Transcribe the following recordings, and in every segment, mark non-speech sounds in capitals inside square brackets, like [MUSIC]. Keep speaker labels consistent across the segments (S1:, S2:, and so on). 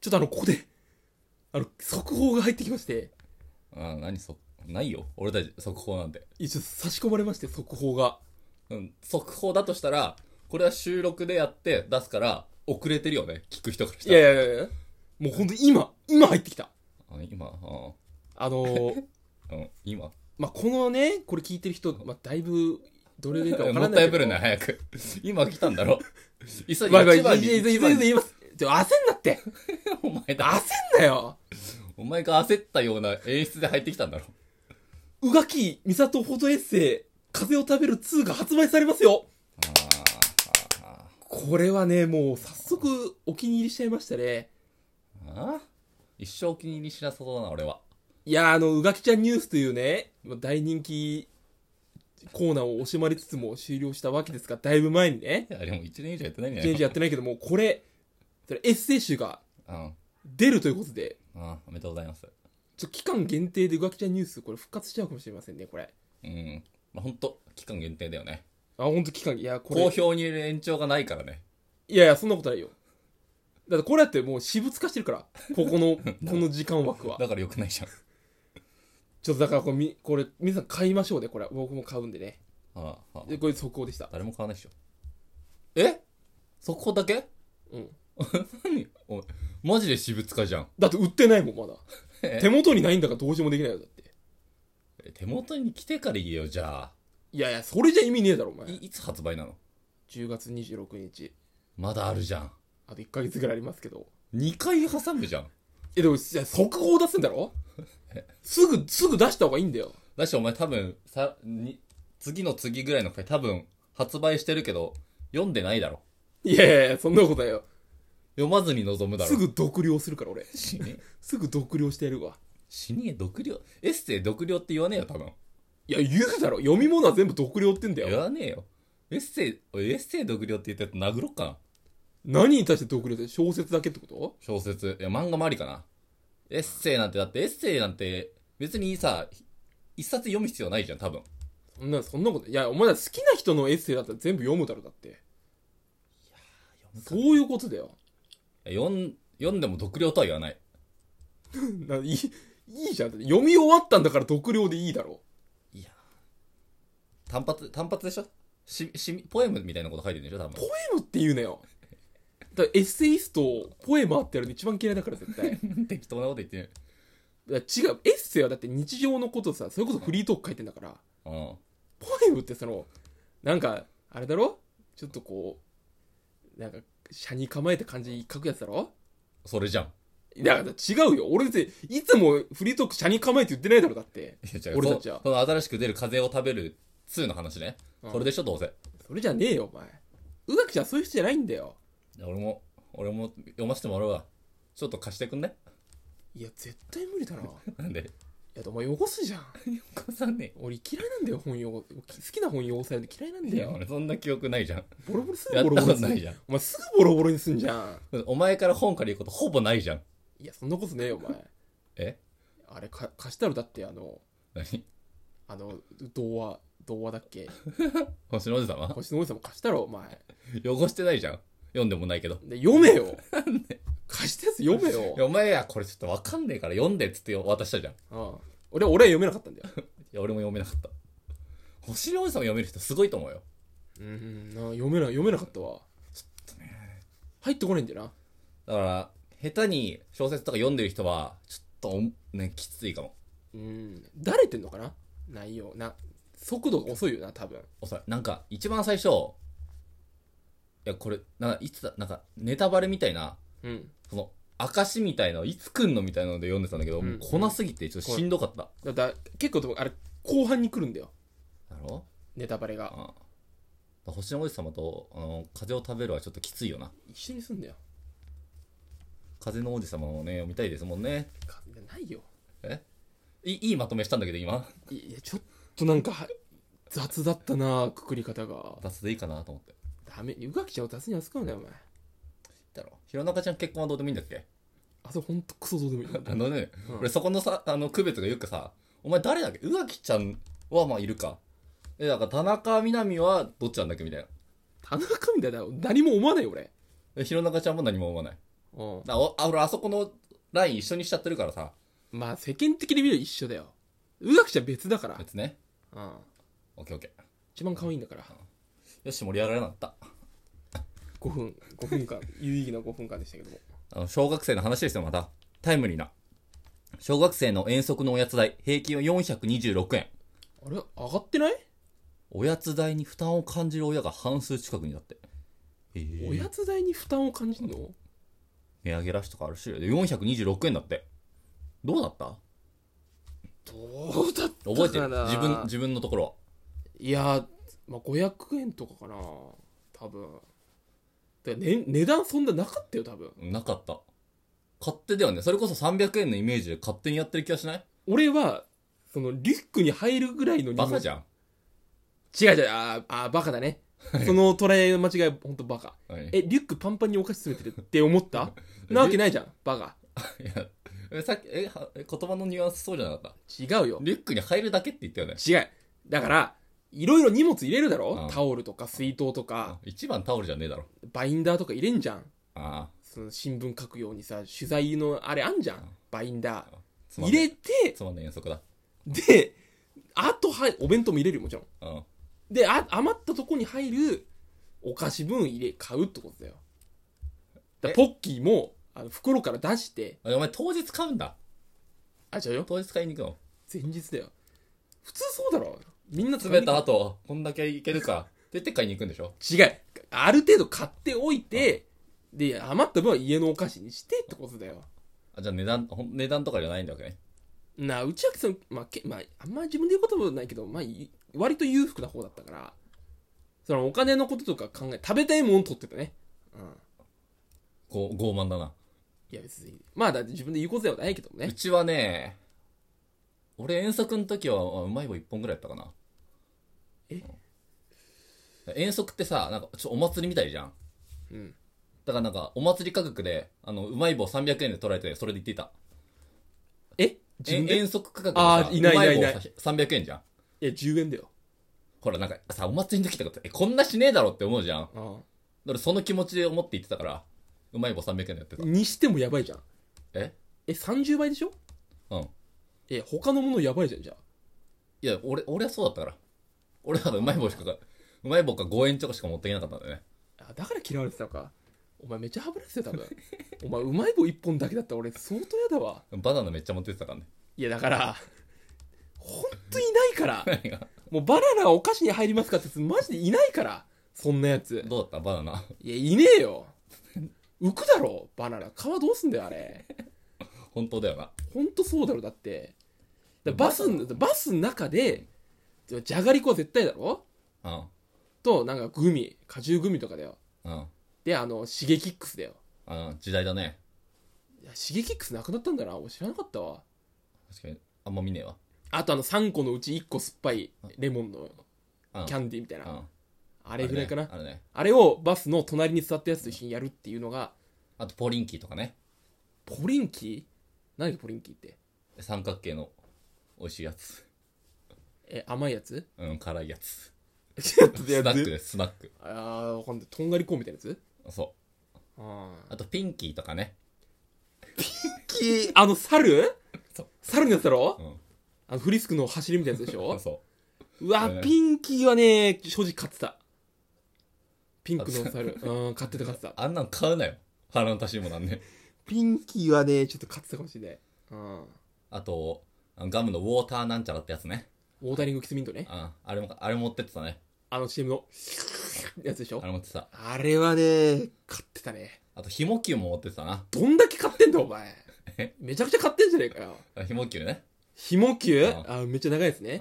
S1: ちょっとあの、ここで、 [LAUGHS] あの、速報が入ってきまして、
S2: あ何そないよ俺たち速報なんて、
S1: 一応差し込まれまして、速報が。
S2: うん、速報だとしたらこれは収録でやって出すから遅れてるよね聞く人からし
S1: い
S2: たら
S1: やいやいやいやもうほんと今、今入ってきた。
S2: あ今あ
S1: あのー [LAUGHS]
S2: うん今
S1: まあ、このね、これ聞いてる人、まあ、だいぶ、どれぐ [LAUGHS] らいかわか
S2: も
S1: ら
S2: っ
S1: な
S2: た
S1: い
S2: い
S1: けど。
S2: ぶるな早く [LAUGHS] 今来たんだろ急い
S1: まあまあ、
S2: で
S1: いや
S2: 一
S1: い
S2: 番に
S1: やいや
S2: 一
S1: いやい
S2: 番
S1: や
S2: に
S1: 言います。ちょ、焦んなって。
S2: お前だ
S1: 焦んなよ。
S2: お前が焦ったような演出で入ってきたんだろ
S1: うがきみさとフォトエッセイ、風を食べる2が発売されますよ。
S2: ああ
S1: これはね、もう早速お気に入りしちゃいましたね。
S2: ああ一生お気に入りしなさそうだな俺はい
S1: やー、あの、うがきちゃんニュースというね、まあ大人気コーナーを惜しまれつつも終了したわけですが、だいぶ前にね、
S2: いやでも1年以上やってないんじゃ
S1: 一
S2: ない
S1: 日やってないけども、これ、それエッセイ集が
S2: うん
S1: 出るということで、
S2: あおめでとうございます
S1: ちょっと期間限定でうがきちゃんニュース、これ復活しちゃうかもしれませんね、これ。
S2: うんまあほんと期間限定だよね
S1: あ、ほんと期間、いや、これ。
S2: 好評に入れる延長がないからね
S1: いやいや、そんなことないよ。だってこれだってもう私物化してるから、ここ
S2: [LAUGHS]
S1: の、この時間枠は。
S2: だからよくないじゃん
S1: ちょっとだからこれみ、これ、皆さん買いましょうね、これ。僕も買うんでね。
S2: ああああ
S1: で、これ速報でした。
S2: 誰も買わないでしょえそこだけ
S1: うん。
S2: [LAUGHS] 何おいマジで私物化じゃん
S1: だって売ってないもん、まだ。
S2: [LAUGHS] え
S1: 手元にないんだからどうしようもできないよ、だって。
S2: 手元に来てから言えよじゃ
S1: いやいや、それじゃ意味ねえだろ、お
S2: あい
S1: 前。
S2: いつ発売なの
S1: 10月26日。
S2: まだあるじゃん
S1: あと1ヶ月ぐらいありますけど。
S2: 2回挟むじゃん
S1: え、でも、いや速報出すんだ [LAUGHS] ろすぐ、すぐ出した方がいいんだよ。
S2: だしお前多分さに次の次ぐらいの回多分発売してるけど読んでないだろ
S1: いやいやいや、そんなことないよ。
S2: 読まずに望むだろ
S1: すぐ独了するから、俺。
S2: 死ね
S1: すぐ独了してやるわ。
S2: 死ねえ独量エッセイ独量って言わねえよ多分
S1: いや、言うだろ。読み物は全部独了って言うんだよ
S2: 言。わねえよエッセイおいエッセイ独量って言ったやつ殴ろっかな
S1: 何に対して独立で小説だけってこと
S2: 小説いや漫画もありかなエッセイなんてだってエッセイなんて別にさ一冊読む必要ないじゃん多分
S1: そんな、そんなこと。いや、お前ら好きな人のエッセイだったら全部読むだろ、だって。そういうことだよ。 [LAUGHS]
S2: いや読ん読んでも独量とは言わない
S1: ないい、いいじゃん。だって読み終わったんだから独了でいいだろ。
S2: いや単発単発でしょししポエムみたいなこと書いてるんでしょ多分
S1: ポエムって言うなよ。だからエッセイスト、ポエマーってやるの一番嫌いだから、絶対。い
S2: 適当なこと言ってね
S1: や違う。エッセイはだって日常のことさ、それこそフリートーク書いてんだから。
S2: うん
S1: ポエムってその、なんか、あれだろちょっとこう、なんか、車に構えた感じに書くやつだろ
S2: それじゃん
S1: だから違うよ。俺別に、いつもフリートーク車に構えて言ってないだろ、だって。
S2: いや違う
S1: 俺たちは
S2: そその新しく出る風を食べる2の話ね、
S1: うん
S2: それでしょどうせ
S1: それじゃねえよ、お前。うがきちゃんそういう人じゃないんだよ。
S2: いや俺も俺も読ませてもらうわちょっと貸してくんね [LAUGHS]
S1: いや、絶対無理だな。い
S2: なんで
S1: や、お前汚すじゃん。
S2: 貸さね
S1: 俺嫌いなんだよ、本用。好きな本用されるの嫌いなん
S2: え
S1: だ
S2: よ
S1: よ。
S2: 俺そんな記憶 [LAUGHS] ないじゃん
S1: ボロボロす
S2: や
S1: ぐ
S2: っ
S1: ボロ
S2: た
S1: ボ
S2: こ
S1: ロ
S2: と
S1: すん
S2: ないじゃん
S1: お前すぐボロボロにすんじゃん。
S2: お前から本から言うことほぼないじゃん
S1: いや、そんなことねえよ、お前。
S2: え
S1: あれか、貸したろ、だって、あの、
S2: 何
S1: あの、童話、童話だっけ。
S2: 星の王子様
S1: 星の王子様貸したろ、お前。
S2: 汚してないじゃん読んでもないけど
S1: で読めよ。貸したやつ読めよ
S2: い。やお前やこれちょっとわかんねえから読んでっつって渡したじゃんい
S1: うん。俺は、俺は読めなかったんだよ。
S2: や俺も読めなかった星の王子様読める人すごいと思うよ
S1: うん、な読めな読めなかったわ入ってこないんだよな
S2: だから下手に小説とか読んでる人はちょっとおねきついかも
S1: うんだれてんのかな内容な速度が遅いよな多分
S2: 遅いなんか一番最初いやこれなんかいつだなんかネタバレみたいな
S1: うん
S2: その証みたいないつ来んのみたいなので読んでたんだけど、
S1: うん
S2: もう来なすぎてちょっとしんどかった、
S1: だだ結構でもあれ後半に来るんだよ
S2: だろ
S1: ネタバレ
S2: あ
S1: が
S2: あ星の王子様とあの風を食べるはちょっときついよな
S1: 一緒にすんだよ
S2: 風の王子様をね読みたいですもんね
S1: かいやないよ
S2: えいいいいまとめしたんだけど今
S1: いやちょっとなんかは雑だったなくくり方が
S2: 出すでいいかなと思って
S1: ダメ宇垣ちゃんを雑に扱うなよお前
S2: だろ弘中ちゃん結婚はどうでもいいんだっけ
S1: あそれほんとクソどうでもいい
S2: あのね、
S1: うん
S2: 俺そこのさ、あの区別がよくさ、お前誰だっけ宇垣ちゃんはまあいるか。え、だから田中みな実はどっちなんだっけみたいな。
S1: 田中みたいだよ何も思わないよ俺
S2: え、弘中ちゃんも何も思わない。
S1: うん
S2: だおあ俺あそこのライン一緒にしちゃってるからさ
S1: まあ世間的に見る一緒だよ宇垣ちゃん別だから、
S2: 別ね
S1: うん、
S2: オッケーオッケー
S1: 一番可愛いんだから
S2: よし盛り上がらなかった
S1: 5分5分間 [LAUGHS] 有意義な5分間でしたけども
S2: あの小学生の話ですよまたタイムリーな小学生の遠足のおやつ代平均は426円
S1: あれ上がってない、
S2: おやつ代に負担を感じる親が半数近くになってえー
S1: おやつ代に負担を感じるの
S2: 値上げラッシュとかあるしで426円だってどうだった
S1: どうだったかな
S2: 覚えてる自分自分のところはい
S1: やー、まあ、500円とかかな多分だからね、値段そんななかったよ多分
S2: なかった勝手だよねそれこそ300円のイメージで勝手にやってる気がしない
S1: 俺はそのリュックに入るぐらいの荷
S2: バ
S1: 物
S2: カじゃん
S1: 違う違うあーあーバカだねその捉え間違い本当バカ
S2: はい
S1: えリュックパンパンにお菓子詰めてるって思った
S2: [LAUGHS]
S1: なわけないじゃんバカ
S2: いやえさっきえはえ言葉のニュアンスそうじゃなかった
S1: 違うよ
S2: リュックに入るだけって言ったよね
S1: 違うだからいろいろ荷物入れるだろ、
S2: うん
S1: タオルとか水筒とか、
S2: 一番タオルじゃねえだろ
S1: バインダーとか入れんじゃん
S2: ああ
S1: その新聞書くようにさ取材のあれあんじゃん、
S2: ん
S1: バインダー
S2: つま
S1: 入
S2: んない
S1: れて
S2: つまんない遠足だ
S1: であとはお弁当も入れるよもちろん
S2: うん
S1: であ余ったとこに入るお菓子分入れ買うってことだよだ
S2: え
S1: ポッキーもあの袋から出して
S2: あお前当日買うんだ
S1: あ違うよ
S2: 当日買いに行くの
S1: 前日だよ普通そうだろみんな
S2: 詰めた後こんだけいけるかって言って買いに行くんでしょ
S1: 違うある程度買っておいてで余った分は家のお菓子にしてってことだよ
S2: あじゃあ値段ほん値段とかじゃないんだわけね
S1: なあ内訳さん、まあけまあ、あんま自分で言うこともないけど、まあ、い割と裕福な方だったからそのお金のこととか考え食べたいもん取ってたねうん
S2: こう傲慢だない
S1: や別にまあだって自分で言うことではないけども
S2: う
S1: ね
S2: ちはね俺遠足の時はあうまい棒1本ぐらいやったかな
S1: え
S2: 遠足ってさなんかちょっとお祭りみたいじゃん
S1: うん
S2: だからなんかお祭り価格であのうまい棒300円で取られてそれで行っていた
S1: え自
S2: え
S1: 分でい
S2: 遠足価格で
S1: あ
S2: さ
S1: ーいないいない
S2: い
S1: い
S2: 棒
S1: ない
S2: さ300円じゃん
S1: や10円だよ
S2: ほらなんかさお祭りの時とかえこんなしねえだろって思うじゃんだか
S1: あ
S2: らその気持ちで思って言ってたからうまい棒300円でやってた
S1: にしてもやばいじゃん
S2: え
S1: え30倍でしょ
S2: うん
S1: え他のものやばいじゃんじゃあ
S2: いや、俺、俺はそうだったから。俺はうまい棒しか、うまい棒か5円チョコしか持っていけなかったんだよね。
S1: あだから嫌われてたのかお前めっちゃハブられてた [LAUGHS] よ多分お前うまい棒1本だけだったら俺相当嫌だわ
S2: バナナめっちゃ持ってってたからね。 [LAUGHS]
S1: いやだから本当いないから
S2: 何が
S1: もうバナナはお菓子に入りますかってやつマジでいないからそんなやつ
S2: どうだったバナ [LAUGHS] ナ。
S1: いやいねえよ浮くだろバナナ皮どうすんだよあれ
S2: 本当だよな。
S1: ほんとそうだろだってだバスのバスの中でじゃがりこは絶対だろとなんかグミ果汁グミとかだよ
S2: うん。うん。
S1: であのシゲキックスだよ
S2: うん。時代だね。
S1: いやシゲキックスなくなったんだな俺知らなかったわ
S2: 確かに。あんま見ねえわ。
S1: あとあの3個のうち1個酸っぱいレモンの
S2: うん。
S1: キャンディーみたい
S2: うん
S1: な
S2: あ
S1: あれぐらいかな
S2: あれね。
S1: あれをバスの隣に座ったやつと一緒にやるっていうのが
S2: あと、ポリンキーとかね。
S1: ポリンキー何がポリンキーって
S2: 三角形の美味しいやつ。
S1: え甘いやつ
S2: うん、辛いやつ。
S1: ちょっと [LAUGHS]
S2: [LAUGHS] スナック
S1: ぜ
S2: です、スナック。
S1: ああわかんないとんがりコーンみたいなやつ
S2: そ
S1: あ
S2: う。あと、ピンキーとかね。
S1: きあの猿
S2: そう
S1: 猿のやつだろ、
S2: うん
S1: あのフリスクの走りみたいなやつでしょ
S2: そう
S1: わ、
S2: うん
S1: ピンキーはね正直買ってたピンクの猿うん買ってた買って
S2: う
S1: た。
S2: あんなん買うなよ。腹の足しにもなんね。
S1: ピンキーはねちょっと買ってたかもしれないうん
S2: あと、あのガムのウォーターなんちゃらってやつね。
S1: ウォータリングキスミントね
S2: ああれも、あれ持ってってたね。
S1: あの CM のやつでしょ
S2: あれ持ってた。
S1: あれはね買ってたね
S2: あと、ひも球も持ってってたな。
S1: どんだけ買ってんだお前
S2: え
S1: めちゃくちゃ買ってんじゃねえかよ
S2: あひも球ね。
S1: ひも球
S2: あ
S1: あめっちゃ長いですね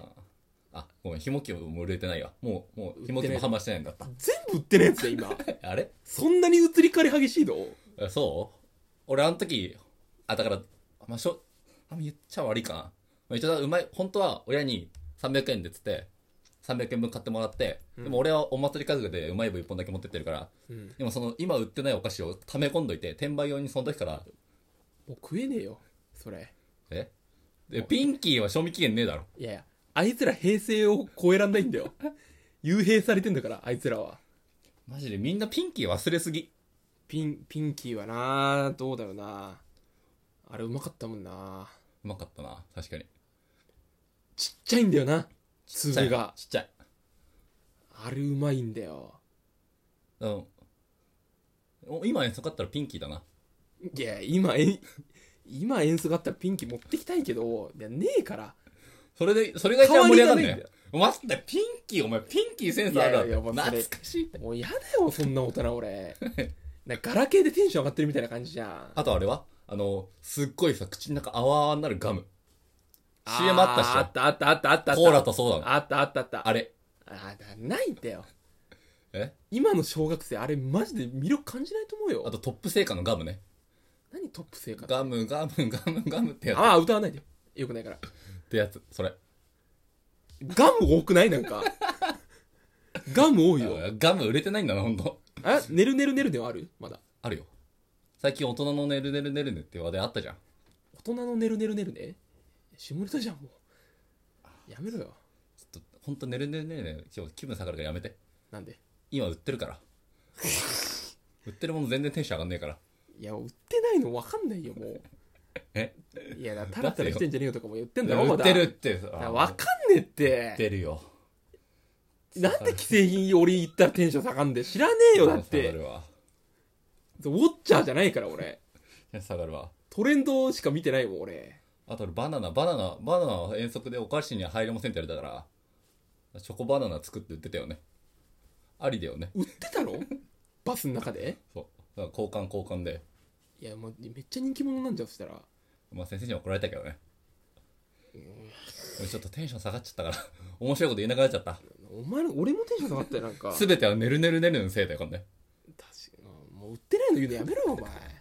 S2: ああ、ごめん、ひも球も売れてないわ。もう、もう、ひも
S1: 売って
S2: 球
S1: な
S2: も
S1: い
S2: 販売してないん
S1: [LAUGHS]
S2: だった。
S1: 全部売ってないやつだよ今
S2: あれ
S1: そんなに移り変わり激しいの
S2: あそう俺、あの時、あ、だから、まあ、しょ、あんま言っちゃ悪いかな。まあ、一応、うまい、本当は親に300円でっつって、300円分買ってもらって、でも俺はお祭り家具でうまい棒1本だけ持ってってるから、
S1: うんも
S2: でもその、今売ってないお菓子を溜め込んどいて、転売用にその時から、
S1: う食えねえよそれ
S2: えで、ピンキーは賞味期限ねえだろ。
S1: いやいやあいつら平成を超えらんないんだよ [LAUGHS] 幽閉されてんだからあいつらは
S2: マジでみんなピンキー忘れすぎ。
S1: ピンピンキーはなどうだろうなあれうまかったもんな
S2: うまかったな確かに
S1: ちっちゃいんだよな
S2: ちっちゃい
S1: 粒が
S2: ちっちゃい
S1: あれうまいんだよ
S2: うんお今演奏かったらピンキーだない
S1: や今え [LAUGHS] 今演奏があったらピンキー持ってきたいけどいやねえから
S2: それでそれが一番盛り上がるんだ
S1: 変わりがないんだ
S2: よお前待ってピンキーお前ピンキーセンサーだ
S1: い
S2: って
S1: やいやもう
S2: 懐
S1: それ
S2: かしいって
S1: もうやだよそんな大人 [LAUGHS] 俺なんかガラケーでテンション上がってるみたいな感じじゃん
S2: あとあれはあのすっごいさ口の中泡になるガム CM あったっしょ
S1: あったあったあったあったあった
S2: コーラとソーダの
S1: あったあったあった
S2: あれ
S1: あなないんだよ
S2: え
S1: 今の小学生あれマジで魅力感じないと思うよ
S2: あとトップ製菓のガムね
S1: 何トップ生活
S2: ガムガムガムガムってやつっ
S1: ああ歌わないでよくないから
S2: てやつそれ
S1: ガム多くないなんか [LAUGHS] ガム多いよ
S2: ガム売れてないんだな本当
S1: あねるねるねるではあるまだ
S2: あるよ最近大人のねるねるねるねって話題あったじゃん
S1: 大人のねるねるねるね下ネタじゃんもうやめろよ
S2: ちょっと本当ねるねるねるね今日気分下がるからやめて
S1: なんで
S2: 今売ってるから売ってるもの全然テンション上がんねえから
S1: いや売ってないの分かんないよもう
S2: え
S1: いやだタラタラしてんじゃねえよとかも言ってんだろ
S2: 売
S1: ま
S2: っ
S1: だ
S2: てるって
S1: だから
S2: 分
S1: 分かんねえっ
S2: っててるよ
S1: なんで既製品俺行ったらテンション下がんで知らねえよだっ
S2: 下が
S1: て
S2: るわ
S1: ウォッチャーじゃないから俺
S2: 下がるわ
S1: トレンドしか見てないもん俺
S2: あと俺バナナバナナバナナは遠足でお菓子には入れませんって言われたからチョコバナナ作って売ってたよねありだよね
S1: 売ってたの [LAUGHS] バスの中で
S2: そうだから交換交換で
S1: いやもうめっちゃ人気者なんじゃんそしたら
S2: まあ先生には怒られたけどね俺ちょっとテンション下がっちゃったから面白いこと言えなくなっちゃった
S1: お前の俺もテンション下がったよなんか確か
S2: 全てはねるねるねるのせいだよこれね
S1: にもう売ってないの言うのやめろよお前